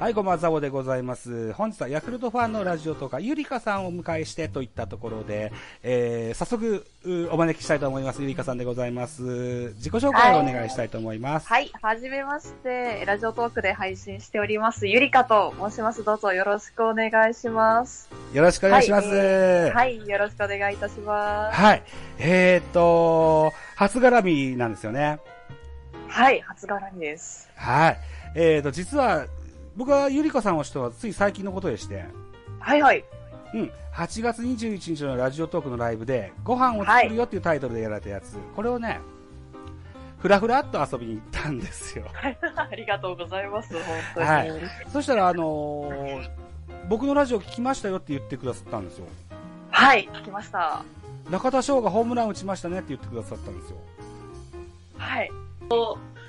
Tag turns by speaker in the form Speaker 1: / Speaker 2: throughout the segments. Speaker 1: はい、ごまざおでございます。本日はヤクルトファンのラジオとか、ゆりかさんをお迎えしてといったところで、えー、早速お招きしたいと思います。ゆりかさんでございます。自己紹介をお願いしたいと思います。
Speaker 2: はい、はじ、い、めまして。ラジオトークで配信しております、ゆりかと申します。どうぞよろしくお願いします。
Speaker 1: よろしくお願いします。はい、
Speaker 2: えーはい、よろしくお願いいたします。
Speaker 1: はい、えー、っと、初絡みなんですよね。
Speaker 2: はい、初絡みです。
Speaker 1: はい。えー、っと、実は、僕はゆりかさんをしてはつい最近のことでして。
Speaker 2: はいはい。
Speaker 1: うん。8月21日のラジオトークのライブで、ご飯を作るよっていうタイトルでやられたやつ。はい、これをね、ふらふらっと遊びに行ったんですよ。
Speaker 2: ありがとうございます、本当に。はい。
Speaker 1: そしたら、あのー、僕のラジオ聞きましたよって言ってくださったんですよ。
Speaker 2: はい、聞きました。
Speaker 1: 中田翔がホームラン打ちましたねって言ってくださったんですよ。
Speaker 2: はい。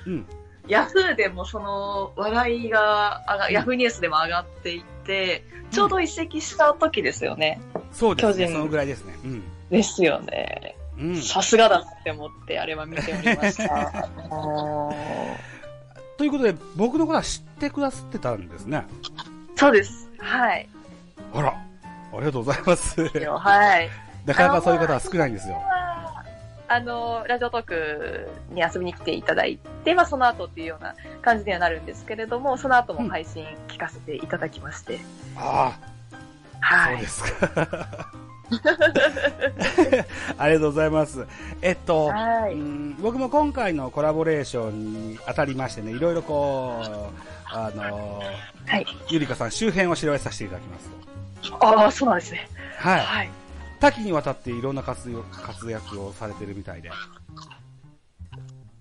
Speaker 2: うん。ヤフーでもその話題が上が、ヤフーニュースでも上がっていて、ちょうど移籍した時ですよね。
Speaker 1: うん、そうですね。そのぐらいですね。うん、
Speaker 2: ですよね。さすがだって思って、あれは見ておりました。
Speaker 1: ということで、僕のことは知ってくださってたんですね。
Speaker 2: そうです。はい。
Speaker 1: あら、ありがとうございます。
Speaker 2: はい。
Speaker 1: なかなかそういう方は少ないんですよ。
Speaker 2: あの、ラジオトークに遊びに来ていただいて、まあ、その後っていうような感じにはなるんですけれども、その後も配信聞かせていただきまして。うん、
Speaker 1: ああ。はい。そうですか。 ありがとうございます。えっと、はい、僕も今回のコラボレーションに当たりましてね、いろいろこう、あの、はい、ゆりかさん周辺を調べさせていただきます
Speaker 2: ああ、そうなんですね。
Speaker 1: はい。はい多岐にわたっていろんな活用活躍をされてるみたいで。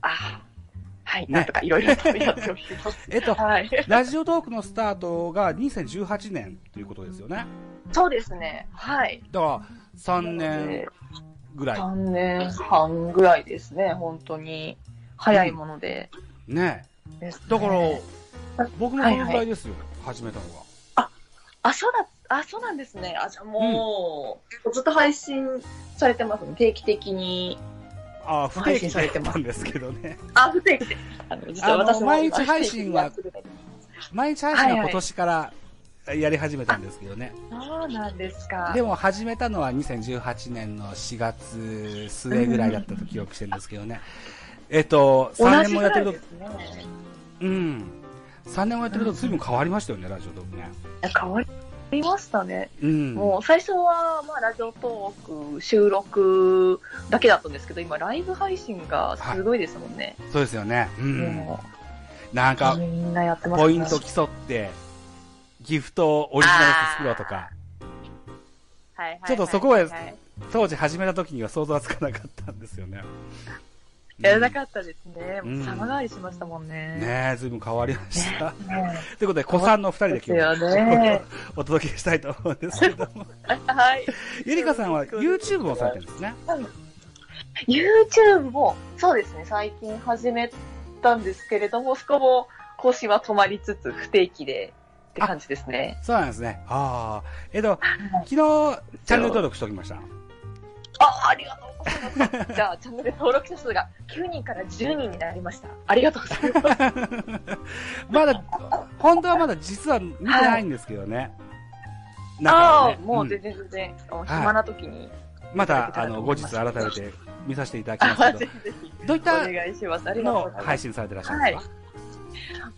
Speaker 2: あはい、ね、なんとかいろいろとやっております。
Speaker 1: えっと、はい、ラジオトークのスタートが2018年ということですよね。
Speaker 2: そうですね、はい。
Speaker 1: だから、3年ぐらい。3
Speaker 2: 年半ぐらいですね、本当に。早いもので。
Speaker 1: うん、ねねだから、僕もこのぐらいですよ、はいはい、始めたのが。
Speaker 2: あ、あ、そうだった。あ、そうなんですね。あ、じゃあもう、うん、ずっと配信されてますね。定期的に。
Speaker 1: あ、不定期されてますんですけどね。
Speaker 2: あ、不定期で。あの、実は私も
Speaker 1: 毎日配信は、毎日配信は今年からやり始めたんですけどね。
Speaker 2: はいはい、そうなんですか。
Speaker 1: でも始めたのは2018年の4月末ぐらいだったと記憶してるんですけどね。えっと、3年もやってると、ね、うん。3年もやってると随分変わりましたよね、うん、ラジオトークね。
Speaker 2: 変わりりましたね、うん、もう最初は、まあ、ラジオトーク収録だけだったんですけど今ライブ配信がすごいですもんね、
Speaker 1: はい、そうですよね、うん、なんかみんなやってます、ね、ポイント競ってギフトオリジナル作ろうとか、はいはい、ちょっとそこは当時始めた時には想像はつかなかったんですよね
Speaker 2: やらなかったですね。うん、様変わりしましたもんね。
Speaker 1: ねえ、ずいぶん変わりました。ねね、ということで、子さんの二人で今日、ね、お届けしたいと思うんですけ ども。
Speaker 2: はい。
Speaker 1: ゆりかさんは YouTube をされてるんですね。
Speaker 2: YouTube も、そうですね、最近始めたんですけれども、そこも更新は止まりつつ、不定期で。って感じですね。
Speaker 1: そうなんですね。ああ。えっと、昨日、チャンネル登録しておきました。
Speaker 2: あ、ありがとうございます。じゃあ、チャンネル登録者数が9人から10人になりました。ありがとうございます。、
Speaker 1: まだ、本当はまだ実は見てないんですけどね。はい
Speaker 2: ねああ、もう全然全然、うん、暇な時に。
Speaker 1: また、あの、後日改めて見させていただきます けど、どういったのを配信されてらっしゃるんですか、はい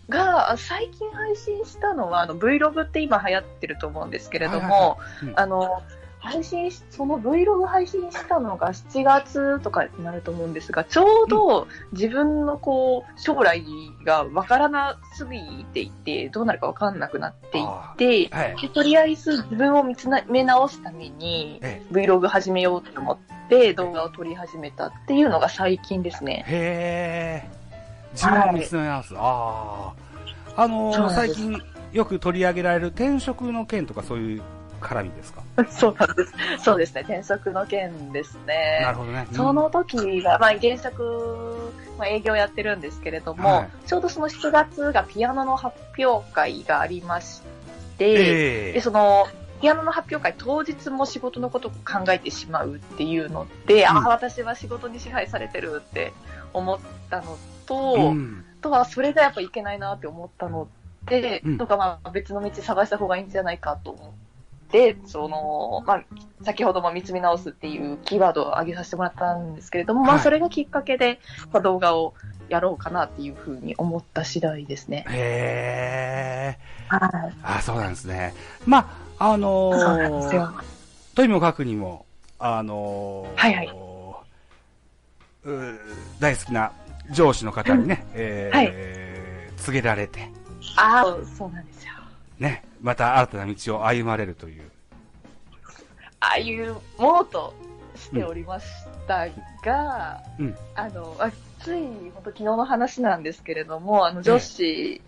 Speaker 2: が最近配信したのはあの Vlog って今流行ってると思うんですけれども、あの配信し、その Vlog 配信したのが7月とかになると思うんですが、ちょうど自分のこう、将来がわからなすぎていて、どうなるかわかんなくなっていて、はい、とりあえず自分を見つめ直すために Vlog 始めようと思って動画を撮り始めたっていうのが最近ですね。
Speaker 1: へー。自分を見つめ直す。はい、ああ。あのー、最近よく取り上げられる転職の件とかそういう絡みですか
Speaker 2: そうなんです。そうですね。転職の件ですね。
Speaker 1: なるほどね。
Speaker 2: うん、その時が、まあ、原作、まあ、営業やってるんですけれども、はい、ちょうどその7月がピアノの発表会がありまして、えー、で、その、ピアノの発表会当日も仕事のことを考えてしまうっていうので、うん、ああ、私は仕事に支配されてるって思ったのと、うん、とは、それがやっぱいけないなって思ったの、
Speaker 1: うん
Speaker 2: とか、まあ、別の道探した方がいいんじゃないかと思って、その、まあ、先ほども見つめ直すっていうキーワードを上げさせてもらったんですけれども、ま
Speaker 1: は
Speaker 2: あ、
Speaker 1: い
Speaker 2: それがきっかけで、まあ、動画をやろうかなっていうふうに思った次第ですね。
Speaker 1: へえ。
Speaker 2: はい。
Speaker 1: あ、そうなんですね。まあ、あの
Speaker 2: そうなんですよ
Speaker 1: ー、。とにもかくにも、あのー、
Speaker 2: はいはいう
Speaker 1: ー大好きな上司の方にね、えー告げられて、
Speaker 2: ああ、そうなんですよ。
Speaker 1: ね、また新たな道を歩まれるという。
Speaker 2: ああいうものとしておりましたが、
Speaker 1: うん
Speaker 2: あの、あつい、本当昨日の話なんですけれども、あの、上司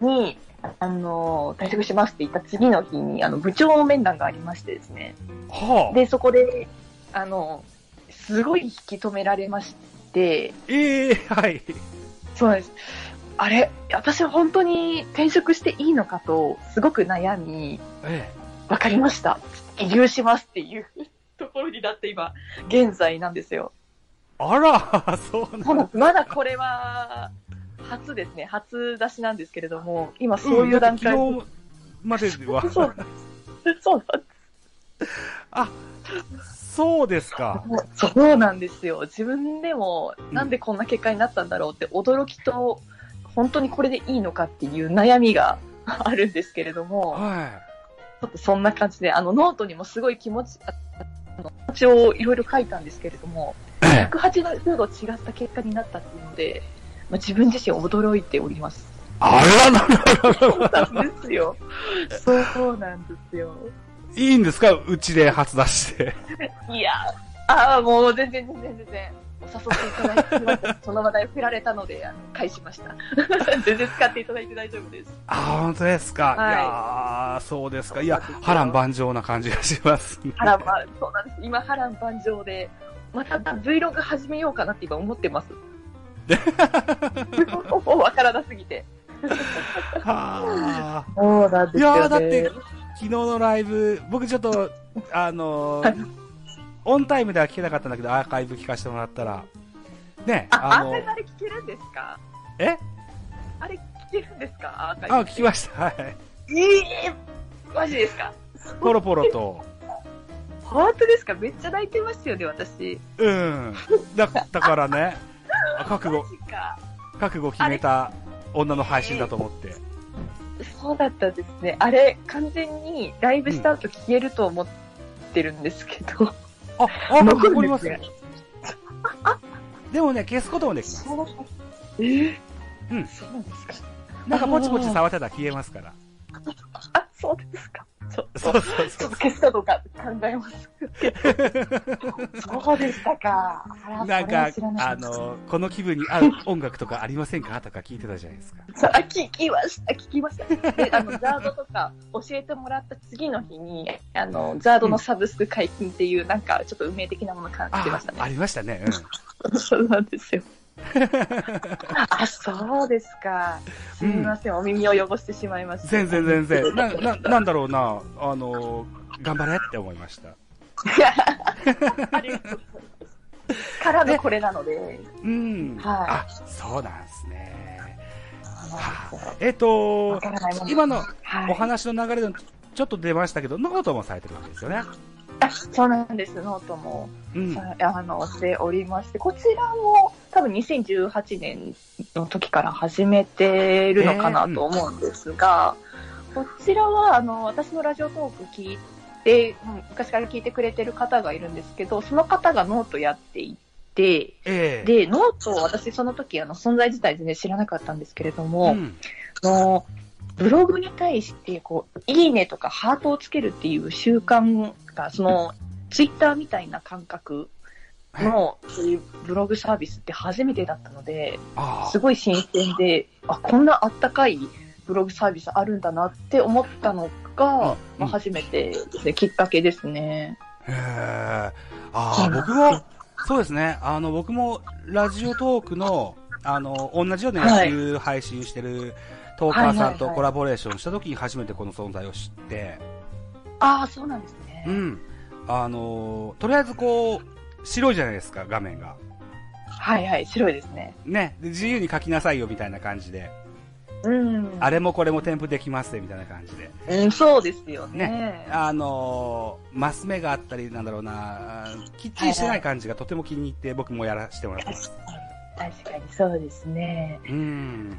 Speaker 2: に、あの、退職しますって言った次の日に、あの、部長面談がありましてですね。
Speaker 1: はあ、
Speaker 2: で、そこで、あの、すごい引き止められまして、
Speaker 1: ええはい。
Speaker 2: そうなんです。あれ、私は本当に転職していいのかと、すごく悩み、
Speaker 1: え
Speaker 2: わかりました。移住しますっていう ところになって今、現在なんですよ。
Speaker 1: えあら、そうなんだ。
Speaker 2: まだこれは、初ですね。初出しなんですけれども、今 そういう段階。
Speaker 1: んだって昨日まででは。
Speaker 2: そうなんです。 そうなんで
Speaker 1: そうですか。
Speaker 2: す。そうなんですよ。自分でも、
Speaker 1: ん
Speaker 2: なんでこんな結果になったんだろうって驚きと、本当にこれでいいのかっていう悩みが あるんですけれども、
Speaker 1: は
Speaker 2: ちょっとそんな感じで、あの、ノートにもすごい気持ち、ああの気持ちをいろいろ書いたんですけれども、
Speaker 1: い。ええ
Speaker 2: 180度違った結果になったっていうので、まあ、自分自身驚いており ます。
Speaker 1: あらなら
Speaker 2: そうなんですよ。そうなんですよ。
Speaker 1: いいんですかうちで初出して。
Speaker 2: いや、ああ、もう全然全然全然。お誘っていただいてました、その話題振られたので、あの返しました。 全然使っていただいて大丈夫です。
Speaker 1: あ、本当ですか。
Speaker 2: はい
Speaker 1: い、やーそうですか。いや
Speaker 2: そうなんで、すよ
Speaker 1: 波乱万丈な感じがします、ね。
Speaker 2: 波乱万、そうなんです。今、波乱万丈で、また Vlog 始めようかなって今思っ てます。もうわからなすぎて。
Speaker 1: はあ
Speaker 2: そうなん
Speaker 1: いやーだって、昨日のライブ、僕ちょっと、あのー
Speaker 2: はい
Speaker 1: オンタイムでは聞けなかったんだけど、アーカイブ聞かせてもらったら、ね、
Speaker 2: あ、ア
Speaker 1: の
Speaker 2: ーカイブあれ聞けるんですか
Speaker 1: え
Speaker 2: あれ聞けるんですかアーカイブ。
Speaker 1: あ、聞きました。はい。
Speaker 2: えー、マジですか
Speaker 1: ポロポロと。
Speaker 2: 本当ですかめっちゃ泣いてましたよね、私。
Speaker 1: うん。だだからね、あ覚悟
Speaker 2: マ、ジか。
Speaker 1: 覚悟決めた女の配信だと思って。
Speaker 2: そうだったんですね。あれ、完全にライブした後消えると思ってるんですけど。
Speaker 1: あ、 あ、
Speaker 2: 残
Speaker 1: 残り
Speaker 2: るん
Speaker 1: ま
Speaker 2: ですすね
Speaker 1: よ。でもね、消すこともできます。
Speaker 2: そうなんえー、
Speaker 1: うん
Speaker 2: そうなんですか
Speaker 1: なんかポチポチ触ってたら消えますから。
Speaker 2: あ、そうですか。ちょっ
Speaker 1: そ
Speaker 2: と、
Speaker 1: うそう
Speaker 2: ち
Speaker 1: そ
Speaker 2: ょっ
Speaker 1: う
Speaker 2: と。消したのか考えます。 そうでしたか。あら
Speaker 1: なん
Speaker 2: それ
Speaker 1: か
Speaker 2: は知ら、なか
Speaker 1: あ
Speaker 2: った
Speaker 1: の、この気分に合う音楽とかありませんかとか聞いてたじゃないですか。
Speaker 2: さあ、聞きました、聞きました。で、 あの、ザードとか教えてもらった次の日に、あの、ザードのサブスク解禁っていう、なんか、ちょっと運命的なもの感じてま
Speaker 1: あ
Speaker 2: した、
Speaker 1: あ
Speaker 2: ね。
Speaker 1: りましたね。
Speaker 2: そうなんで すよ。あ、そうですか。すみません、お耳を汚してしまいまし
Speaker 1: うん。
Speaker 2: た。
Speaker 1: 全然全然。な、な、なんだろうな、あの、頑張れって思いました。
Speaker 2: ありがとうございます。からのこれなので。
Speaker 1: うん。
Speaker 2: はい
Speaker 1: あ、そうなんですね。
Speaker 2: あの
Speaker 1: えっと
Speaker 2: わからないも、の
Speaker 1: 今の
Speaker 2: は
Speaker 1: お
Speaker 2: い。
Speaker 1: 話の流れでちょっと出ましたけど、ノートもされてるわけですよね。
Speaker 2: あそうなんです、ノートも。
Speaker 1: うん。
Speaker 2: あの、しておりまして、こちらも多分2018年の時から始めてるのかなと思うんですが、こちらは、あの、私のラジオトーク聞いて、うん昔から聞いてくれてる方がいるんですけど、その方がノートやっていて、
Speaker 1: ええ。
Speaker 2: で、ノートを私その時、あの、存在自体全然知らなかったんですけれど
Speaker 1: う
Speaker 2: も、
Speaker 1: ん。
Speaker 2: あの、ブログに対して、こう、いいねとかハートをつけるっていう習慣が、その、ツイッターみたいな感覚の、そういうブログサービスって初めてだったので、
Speaker 1: あ
Speaker 2: すごい新鮮で、あ、こんなあったかいブログサービスあるんだなって思ったの
Speaker 1: あ。
Speaker 2: が、
Speaker 1: うん
Speaker 2: まあ、初めてですね、きっかけですね。
Speaker 1: へえ。ああ、僕も、そうですね。あの、僕も、ラジオトークの、あの、同じような野球配信してる、トーカーさん
Speaker 2: はいはい
Speaker 1: と
Speaker 2: はい
Speaker 1: コラボレーションした時に初めてこの存在を知って、
Speaker 2: ああ、そうなんです
Speaker 1: う
Speaker 2: ね。
Speaker 1: ん。あの、とりあえずこう、白いじゃないですか、画面が。
Speaker 2: はいはい、白いですね。
Speaker 1: ね。で自由に書きなさいよ、みたいな感じで。
Speaker 2: うん。
Speaker 1: あれもこれも添付できますね、みたいな感じで。
Speaker 2: うん、そうですよね。
Speaker 1: ね、あのーマス目があったり、なんだろうな、きっちりしてない感じがとても気に入って、僕もやらせてもらってます。
Speaker 2: 確かに そうですね。
Speaker 1: うん。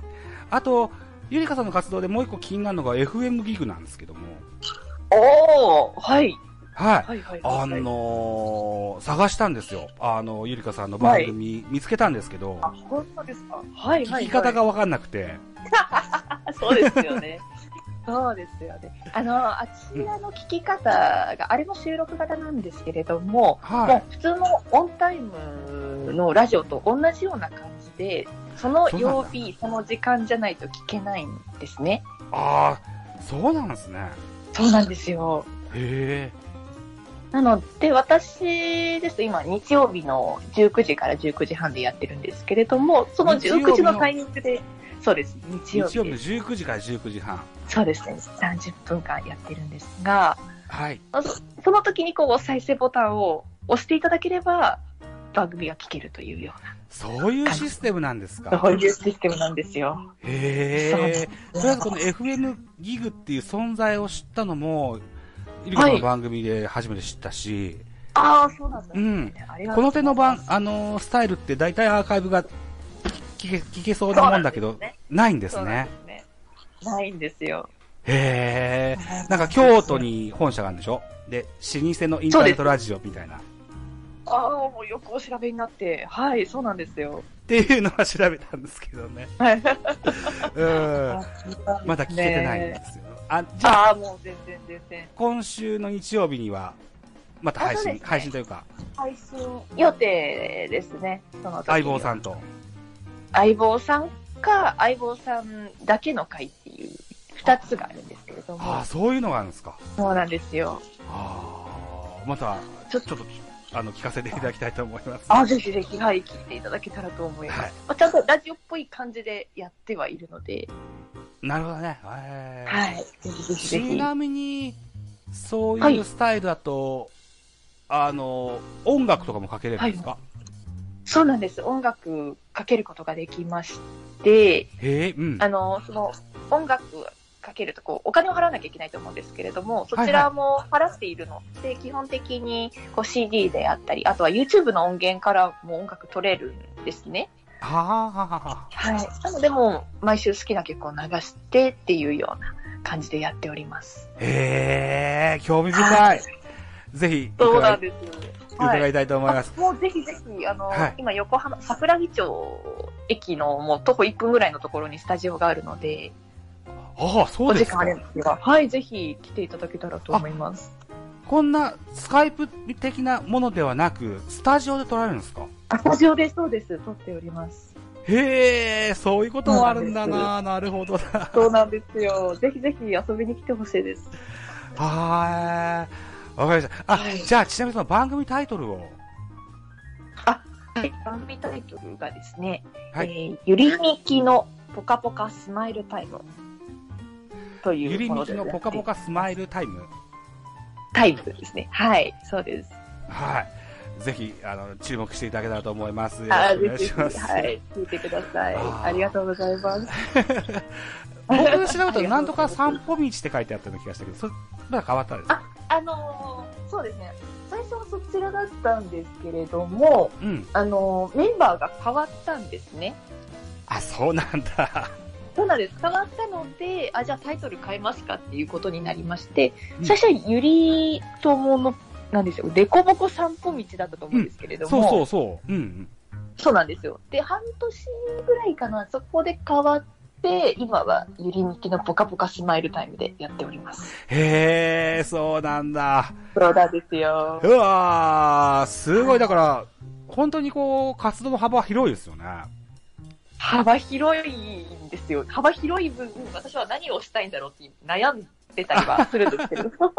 Speaker 1: あと、ゆりかさんの活動でもう一個気になるのが FM ギグなんですけども、
Speaker 2: おー、はい。
Speaker 1: はい。
Speaker 2: はいはいはい。
Speaker 1: あのー探したんですよ。あの、ゆりかさんの番組、見つけたんですけど、
Speaker 2: あ、本当ですか。はい、はい。
Speaker 1: 聞き方がわかんなくて、
Speaker 2: はい。そうですよね。そうですよね。あの、あちらの聞き方が、あれも収録型なんですけれども、
Speaker 1: はい
Speaker 2: もう普通のオンタイムのラジオと同じような感じで、その曜日、その時間じゃないと聞けないんですね。
Speaker 1: ああ、そうなんですね。
Speaker 2: そうなんですよ。
Speaker 1: へえ。
Speaker 2: なので、私ですと今、日曜日の19時から19時半でやってるんですけれども、その
Speaker 1: 日曜日の
Speaker 2: 19時のタイミングで、そうです、日
Speaker 1: 日
Speaker 2: 曜
Speaker 1: 曜
Speaker 2: 日
Speaker 1: 日
Speaker 2: で
Speaker 1: の19時から19時半。
Speaker 2: そうですね、30分間やってるんですが、
Speaker 1: はい。
Speaker 2: その時にこう再生ボタンを押していただければ、番組が聞けるというよ
Speaker 1: そういうシステムなんです
Speaker 2: うな、
Speaker 1: か。
Speaker 2: そういうシステムなんですよ。
Speaker 1: へえ。とりあえずこの FM ギグっていう存在を知ったのも、ゆりかさんの番組で初めて知ったし、
Speaker 2: ああ、そうなんだ。
Speaker 1: うん。
Speaker 2: ありがと
Speaker 1: こ
Speaker 2: う
Speaker 1: の
Speaker 2: ござ
Speaker 1: 手の
Speaker 2: います
Speaker 1: 番、、あのースタイルって大体アーカイブが聞け聞けそうなもんだけど、
Speaker 2: そうなんですね
Speaker 1: ないんです
Speaker 2: そうなん
Speaker 1: ね
Speaker 2: で。すね。ないんですよ。
Speaker 1: へえ。なんか京都に本社があるんでしょで、老舗のインターネットラジオみたいな。っ
Speaker 2: ああ、もうよくお調べになって、はい、そうなんですよ。
Speaker 1: ていうのは調べたんですけどね。
Speaker 2: はい。
Speaker 1: うん。まだ聞けてないん
Speaker 2: ね
Speaker 1: ですよ。あ、じゃあ、
Speaker 2: ああ、もう全然全然。
Speaker 1: 今週の日曜日には、また配
Speaker 2: あそう
Speaker 1: 信、
Speaker 2: ですね
Speaker 1: 配信というか、
Speaker 2: 配信予定ですね、その時
Speaker 1: 相棒さ
Speaker 2: ん。
Speaker 1: んと。
Speaker 2: 相棒さんか、相棒さんだけの会っていう、二つがあるんですけれど
Speaker 1: あ
Speaker 2: も
Speaker 1: あ、、そういうのがあるんですか。
Speaker 2: そうなんですよ。
Speaker 1: ああ、また、ち
Speaker 2: ち
Speaker 1: ょ
Speaker 2: ょ
Speaker 1: っと、あの、聞かせていただきたいと思います。
Speaker 2: あぜひぜひ、はい、聞いていただけたらと思います。
Speaker 1: はい
Speaker 2: まあ、ちゃんとラジオっぽい感じでやってはいるので、
Speaker 1: なるほどね。えー
Speaker 2: はい、ぜひぜひぜ
Speaker 1: ち
Speaker 2: ひ。
Speaker 1: なみに、そう
Speaker 2: はいいう
Speaker 1: スタイルだと、あの、音楽とかもかけれるんですか、
Speaker 2: そうなんです。音楽かけることができまして、
Speaker 1: へえ、うん。
Speaker 2: あの、その、音楽かけると、こう、お金を払わなきゃいけないと思うんですけれども、そちらも払っているので、基本的に、こう、CD であったり、あとは YouTube の音源からも音楽取れるんですね。
Speaker 1: はあはあはあ。
Speaker 2: はい。なので、もう、毎週好きな曲を流してっていうような感じでやっております。
Speaker 1: へえ、興味
Speaker 2: は
Speaker 1: 深い
Speaker 2: い。
Speaker 1: ぜひ
Speaker 2: そう
Speaker 1: 伺
Speaker 2: なん
Speaker 1: い、
Speaker 2: です。
Speaker 1: 伺いたいと思います。
Speaker 2: あもうぜひぜひ、あの、
Speaker 1: はい
Speaker 2: 今横浜、桜木町駅のもう徒歩1分ぐらいのところにスタジオがあるので、
Speaker 1: ああ、そ
Speaker 2: お
Speaker 1: うで
Speaker 2: 時
Speaker 1: す
Speaker 2: 間あ
Speaker 1: か。
Speaker 2: れば、はい、ぜひ来ていただけたらと思います。
Speaker 1: こんなスカイプ的なものではなく、スタジオで撮られるんですか
Speaker 2: スタジオでそうです、撮っております。
Speaker 1: へえ、そういうこともあるんだ
Speaker 2: そう
Speaker 1: な。なるほどな。
Speaker 2: そうなんですよ。ぜひぜひ遊びに来てほしいです。
Speaker 1: はーい。わかりました。あ、
Speaker 2: はい
Speaker 1: じゃあ、ちなみにその番組タイトルを。
Speaker 2: 番組タイトルがですね、
Speaker 1: はい
Speaker 2: えーゆりみきのぽかぽかスマイルタイムとい
Speaker 1: ゆ
Speaker 2: う
Speaker 1: り
Speaker 2: も
Speaker 1: み
Speaker 2: の
Speaker 1: き
Speaker 2: で
Speaker 1: のぽかぽかスマイルタイム。
Speaker 2: タイムですね。はい、そうです。
Speaker 1: はい。ぜひ、あの、注目していただけたらと思います。よ
Speaker 2: あ
Speaker 1: ろしくお願い
Speaker 2: ぜひぜ
Speaker 1: し
Speaker 2: ひ、
Speaker 1: ます。
Speaker 2: はい、聞いてください。
Speaker 1: あー
Speaker 2: ありがとうございます。
Speaker 1: 僕が調べたら、なんとか散歩道って書いてあったような気がしたけど、それ、まだ変わったんですか
Speaker 2: あのーそうですね。最初はそちらだったんですけれども、
Speaker 1: うん。
Speaker 2: あのーメンバーが変わったんですね。
Speaker 1: あ、そうなんだ。
Speaker 2: そうなんです。変わったので、あ、じゃあタイトル変えますかっていうことになりまして
Speaker 1: う、ん
Speaker 2: 最初はゆりともの、なんですよ、でこぼこ散歩道だったと思うんですけれども、
Speaker 1: そうそうそう。うん
Speaker 2: そうなんですよ。で、半年ぐらいかな、そこで変わって、今はゆりみきのぽかぽかスマイルタイムでやっております。
Speaker 1: うん。へえ、そうなんだ。
Speaker 2: そうなんですよ
Speaker 1: う。わー、すごい。だから、本当にこう、活動の幅は広いですよね。
Speaker 2: 幅広いんですよ。幅広い分、私は何をしたいんだろうって悩んでたりはするんですけ ど、こ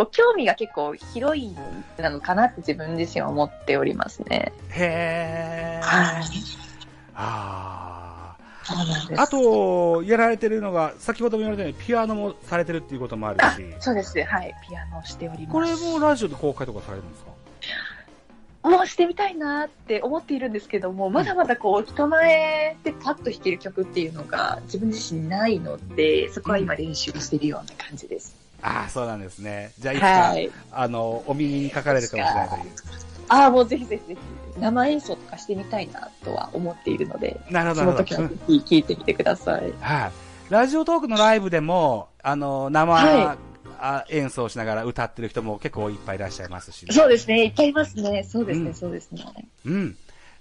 Speaker 2: う興味が結構広いなのかなって自分自身は思っておりますね。
Speaker 1: へー。
Speaker 2: はい。
Speaker 1: あー
Speaker 2: そうなんで
Speaker 1: あと、やられてるのが、先ほども言われたように、ピアノもされてるっていうこともあるし、
Speaker 2: そうです。はい。ピアノをしております。
Speaker 1: これもラジオで公開とかされるんですか
Speaker 2: もうしてみたいなって思っているんですけども、まだまだこう、人前でパッと弾ける曲っていうのが自分自身ないので、そこは今練習してるような感じです。
Speaker 1: ああ、そうなんですね。じゃあ、いつか、はい、あの、お耳にかかれるかもしれないという。
Speaker 2: ああ、もうぜひぜひぜひ。生演奏とかしてみたいなとは思っているので、
Speaker 1: なるほど
Speaker 2: その時はぜひ聴いてみてください。はい、
Speaker 1: あ、ラジオトークのライブでも、あの、生、はいあ演奏しながら歌ってる人も結構いっぱいいらっしゃいますし、
Speaker 2: ね、そうですね、いっぱいいますね。そうですね、うん、そうですね。
Speaker 1: うん。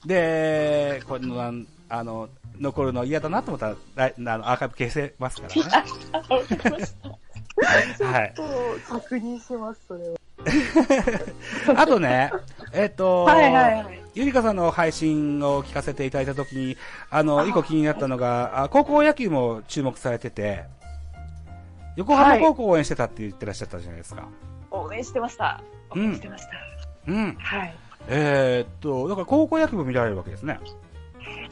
Speaker 1: で、この、あの、残るの嫌だなと思ったら、あのアーカイブ消せます からね。
Speaker 2: はい。確認します、それは。
Speaker 1: あとね、えっ、ー、と、はいはいはい、ゆりかさんの配信を聞かせていただいたときに、あの、一個気になったのが、高校野球も注目されてて、横浜高校を応援してたって言ってらっしゃったじゃないですか。
Speaker 2: はい、応援してました。応援してました。
Speaker 1: うん。うん、
Speaker 2: はい。
Speaker 1: えー、っと、だから高校野球も見られるわけですね。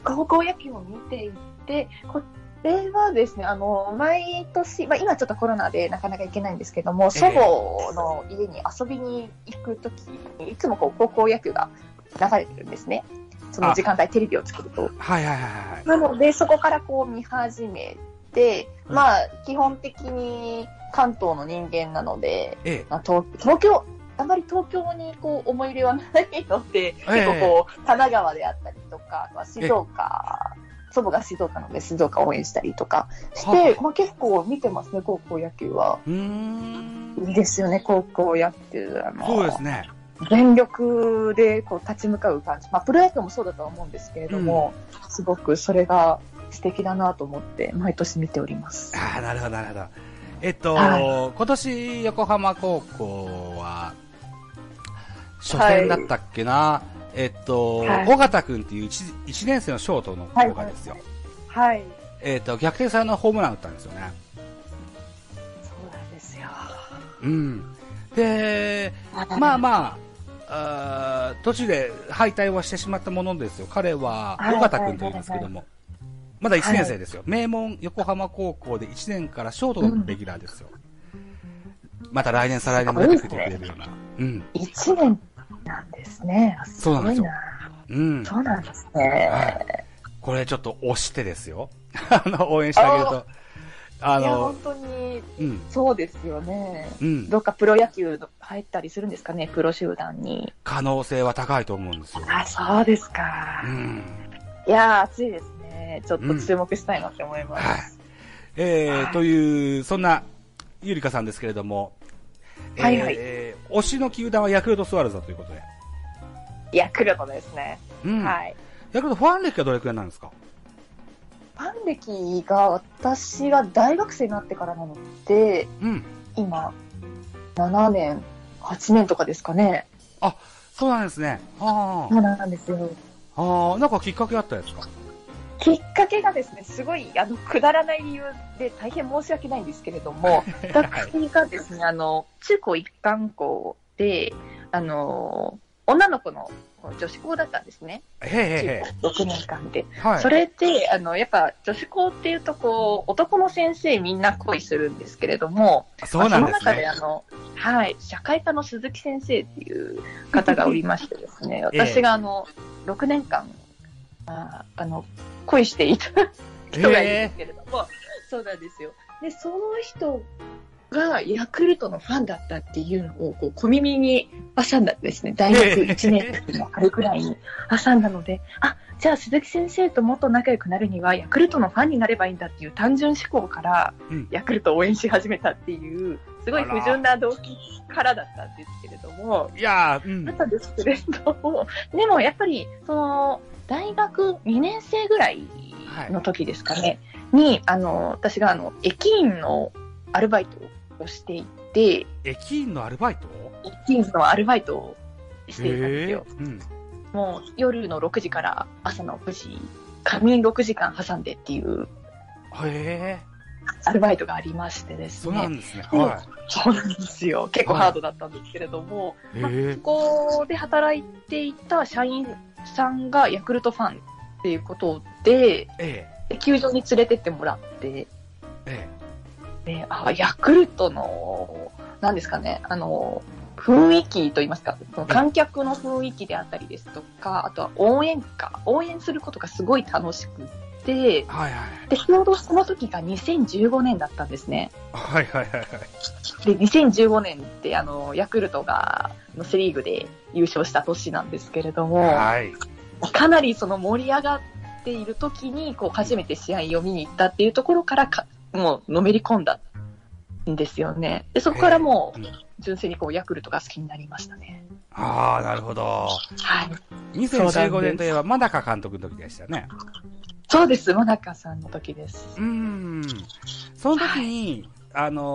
Speaker 2: 高校野球も見ていて、これはですね、あの、毎年、まあ今ちょっとコロナでなかなか行けないんですけども、祖母の家に遊びに行くときに、いつもこう高校野球が流れてるんですね。その時間帯テレビを作ると。
Speaker 1: はいはいはいはい。
Speaker 2: なので、そこからこう見始めっまあ、基本的に関東の人間なので、
Speaker 1: ええ、
Speaker 2: 東京、あまり東京にこう思い入れはないので、え、結構こう、神奈川であったりとか、まあ、静岡、祖母が静岡なので静岡応援したりとかして、まあ、結構見てますね、高校野球は。いいですよね、高校野球。あの
Speaker 1: そうですね。
Speaker 2: 全力でこう立ち向かう感じ。まあ、プロ野球もそうだとは思うんですけれども、うん、すごくそれが素敵だなと思って毎年見ております
Speaker 1: ああなるほどなるほどえっと、はい、今年横浜高校は初戦だったっけな、はい、えっと、はい、尾形君っていう 1, 1年生のショートの子がですよ
Speaker 2: はい、
Speaker 1: えっと逆転されのホームラン打ったんですよね
Speaker 2: そうなんですよ
Speaker 1: うんでまあまああ途中で敗退はしてしまったものですよ彼は尾形君というんですけども、まだ1年生ですよ、はい、名門横浜高校で1年からショートのレギュラーですよ。うん、また来年、再来年も出てきてくれるような。ね、うん、
Speaker 2: 1年なんですね。す、
Speaker 1: そうなんですよ。うん。
Speaker 2: そうなんですね、はい
Speaker 1: これちょっと押してですよ。 あの、応援してあげると。
Speaker 2: あの、本当に、うん、そうですよね。うん、どっかプロ野球入ったりするんですかね、プロ集団に。
Speaker 1: 可能性は高いと思うんですよ。
Speaker 2: あ、そうですか。
Speaker 1: うん、
Speaker 2: いやー、暑いですね。ちょっと注目したいなって思います。うんはい、
Speaker 1: えー、という、そんな、ゆりかさんですけれども、
Speaker 2: えー、はいはい、え
Speaker 1: ー、推しの球団はヤクルトスワローズだということで。
Speaker 2: ヤクルトですね。
Speaker 1: うん、
Speaker 2: はい。
Speaker 1: ヤクルトファン歴はどれくらいなんですか
Speaker 2: ファン歴が私が大学生になってからなので、
Speaker 1: うん、
Speaker 2: 今、7年、8年とかですかね。
Speaker 1: あ、そうなんですね。
Speaker 2: はあ。そうなんですよ。
Speaker 1: ああ、なんかきっかけあったやつか
Speaker 2: きっかけがですね、すごい、あの、くだらない理由で大変申し訳ないんですけれど も、私がですね、あの、中高一貫校で、あの、女の子の女子校だったんですね。
Speaker 1: へ
Speaker 2: 中高6年間で。
Speaker 1: はい、
Speaker 2: それで、あの、やっぱ女子校っていうと、こう、男の先生みんな恋するんですけれども、
Speaker 1: そうなんですね、
Speaker 2: その中で、あの、はい、社会科の鈴木先生っていう方がおりましてです ね、私があの、6年間、ああの、恋していた人がいるんですけれども、えー、そうなんですよ。で、その人がヤクルトのファンだったっていうのをこう小耳に挟んだんですね。大学1年生のあれくらいに挟んだので、あ、じゃあ鈴木先生ともっと仲良くなるにはヤクルトのファンになればいいんだっていう単純思考からヤクルトを応援し始めたっていう、すごい不純な動機からだったんですけれども、
Speaker 1: いやうん、
Speaker 2: だったんですけれども、でもやっぱりその、大学2年生ぐらいの時ですかね、はい、にあの私があの駅員のアルバイトをしていて
Speaker 1: 駅員のアルバイト
Speaker 2: 駅員のアルバイトをしていたんですよ、
Speaker 1: うん、
Speaker 2: もう夜の6時から朝の9時仮眠6時間挟んでっていう
Speaker 1: へえ
Speaker 2: アルバイトがありましてです
Speaker 1: そ
Speaker 2: ね。。
Speaker 1: うなんですね。はい
Speaker 2: そうなんですよ。結構ハードだったんですけれども、
Speaker 1: はい、
Speaker 2: まあ、そこで働いていた社員さんがヤクルトファンっていうことで、
Speaker 1: え
Speaker 2: え、球場に連れてってもらって、
Speaker 1: え
Speaker 2: え、であヤクルトの、なんですかね、あの、雰囲気といいますか、その観客の雰囲気であったりですとか、あとは応援歌、応援することがすごい楽しくて、
Speaker 1: はいはい。
Speaker 2: で、ちょうどその時が2015年だったんですね。
Speaker 1: はいはいはいはい。
Speaker 2: で、2015年って、あの、ヤクルトが、のセリーグで優勝した年なんですけれども、
Speaker 1: はい。
Speaker 2: かなりその盛り上がっている時に、こう、初めて試合を見に行ったっていうところからか、もう、のめり込んだんですよね。で、そこからも
Speaker 1: へえうん
Speaker 2: う、純粋にこう、ヤクルトが好きになりましたね。
Speaker 1: ああ、なるほど。
Speaker 2: はい。
Speaker 1: 2015年といえば、真中監督の時でしたね。
Speaker 2: そうです、もなかさんの時です。
Speaker 1: うーん。その時に、あのー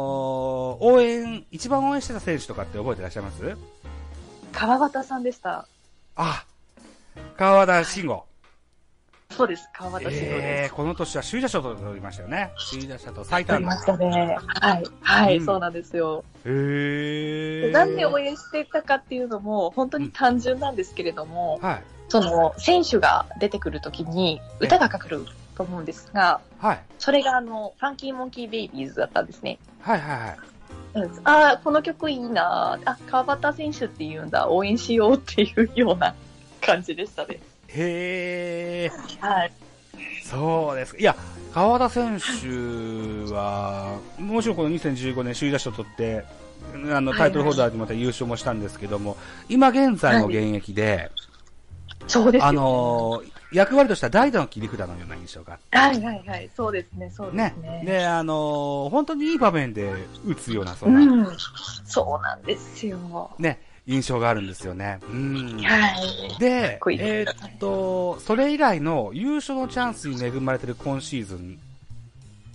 Speaker 1: 応援、一番応援してた選手とかって覚えてらっしゃいます
Speaker 2: 川端さんでした。
Speaker 1: あ、川田慎吾。
Speaker 2: そうです、川端慎吾
Speaker 1: え
Speaker 2: で
Speaker 1: えこの年は首位打者と取りましたよね。首位打者と最
Speaker 2: す。
Speaker 1: 多
Speaker 2: あり
Speaker 1: の。
Speaker 2: ましたね。はい、はい、
Speaker 1: うん
Speaker 2: そうなんですよ。
Speaker 1: へえ。
Speaker 2: でなんで応援してたかっていうのも、本当に単純なんですけれども、
Speaker 1: はい。
Speaker 2: その、選手が出てくるときに歌がかかると思うんですが、
Speaker 1: はい。
Speaker 2: それがあの、ファンキーモンキーベイビーズだったんですね。
Speaker 1: はいはいはい。
Speaker 2: うんああ、この曲いいなあ、川端選手っていうんだ、応援しようっていうような感じでしたね。
Speaker 1: へえ。
Speaker 2: はい。
Speaker 1: そうですか。いや、川田選手は、もちろんこの2015年首位打者を取って、あの、
Speaker 2: はい
Speaker 1: タイトルホルダーでまた優勝もしたんですけども、今現在も現役で、
Speaker 2: そうですよ
Speaker 1: あのー、役割としては代打の切り札のような印象があって
Speaker 2: はいはいはい、そうですね、そうで
Speaker 1: ね
Speaker 2: すね。。
Speaker 1: で、あのー、本当にいい場面で打つような、そ
Speaker 2: うん
Speaker 1: な、
Speaker 2: ん、そうなんですよ。は
Speaker 1: ね、印象があるんですよね。うん。
Speaker 2: い。
Speaker 1: で
Speaker 2: こい、い
Speaker 1: えーっと、それ以来の優勝のチャンスに恵まれてる今シーズン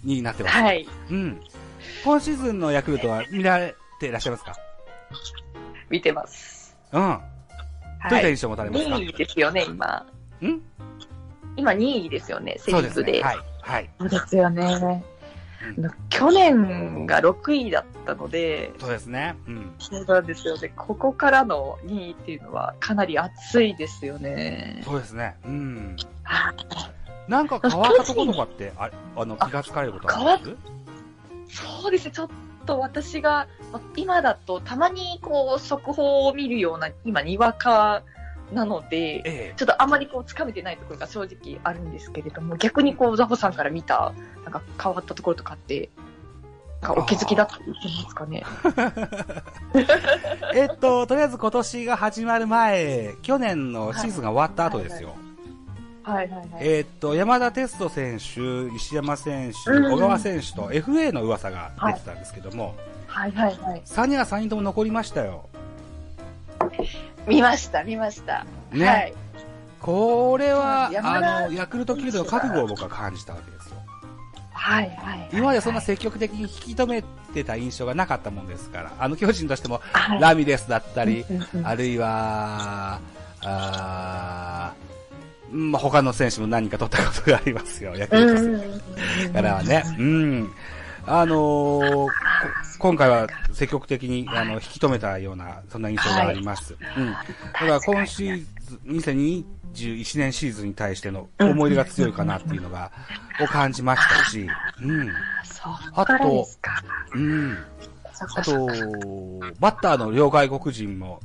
Speaker 1: になってます。
Speaker 2: はい。
Speaker 1: うん。今シーズンのヤクルトは見られていらっしゃいますか
Speaker 2: 見てます。
Speaker 1: うん。どうい
Speaker 2: は
Speaker 1: った
Speaker 2: い。
Speaker 1: 印象を持たれますか、
Speaker 2: 2位ですよね、今。
Speaker 1: うん
Speaker 2: 今2位ですよね、セリ
Speaker 1: そうで
Speaker 2: ー
Speaker 1: す
Speaker 2: グ
Speaker 1: ね。
Speaker 2: で。
Speaker 1: はい。はい。
Speaker 2: そうですよね
Speaker 1: う。
Speaker 2: 去年が6位だったので、
Speaker 1: そうですね。うん。
Speaker 2: そうなんですよね。ここからの2位っていうのはかなり熱いですよね。
Speaker 1: そうですね。うん。
Speaker 2: はい
Speaker 1: なんか変わったところとかって、あれあの、気がつかれることはあります
Speaker 2: そうですね、ちょっと私が、ま今だとたまにこう速報を見るような、今、にわかなので、
Speaker 1: え
Speaker 2: ちょっとあまりこうつかめてないところが正直あるんですけれども、逆にこうザホさんから見た、なんか変わったところとかって、なんかお気づきだったりしますかね。
Speaker 1: え。えっと、とりあえず今年が始まる前、去年のシーズンが終わった後ですよ。
Speaker 2: はいはいはい。
Speaker 1: えーっと、山田哲人選手、石山選手、
Speaker 2: うん
Speaker 1: 小川選手と FA の噂が出てたんですけども、
Speaker 2: はいはいはい。
Speaker 1: 3人は3人とも残りましたよ。
Speaker 2: 見ました、見ました。
Speaker 1: ね。
Speaker 2: はい。
Speaker 1: これは、
Speaker 2: 山田
Speaker 1: あの、ヤクルトキルドの覚悟を僕は感じたわけですよ。
Speaker 2: はいはいはい。
Speaker 1: 今までそんな積極的に引き止めてた印象がなかったもんですから、あの、巨人としても、
Speaker 2: はい、
Speaker 1: ラミレスだったり、
Speaker 2: うんうん
Speaker 1: あるいは、あーうんまあ、他の選手も何人か取ったことがありますよ、ヤク
Speaker 2: う
Speaker 1: ル
Speaker 2: ん
Speaker 1: ト
Speaker 2: う
Speaker 1: 戦
Speaker 2: んうんうん
Speaker 1: からはね。うん。あのーこ今回は積極的にあの引き止めたような、そんな印象があります。うん。だから今シーズン、2021年シーズンに対しての思い出が強いかなっていうのが、を感じましたし、うん。
Speaker 2: そっからですか。
Speaker 1: うん。
Speaker 2: そっ
Speaker 1: あ
Speaker 2: かそっ
Speaker 1: と
Speaker 2: か、
Speaker 1: バッターの両外国人も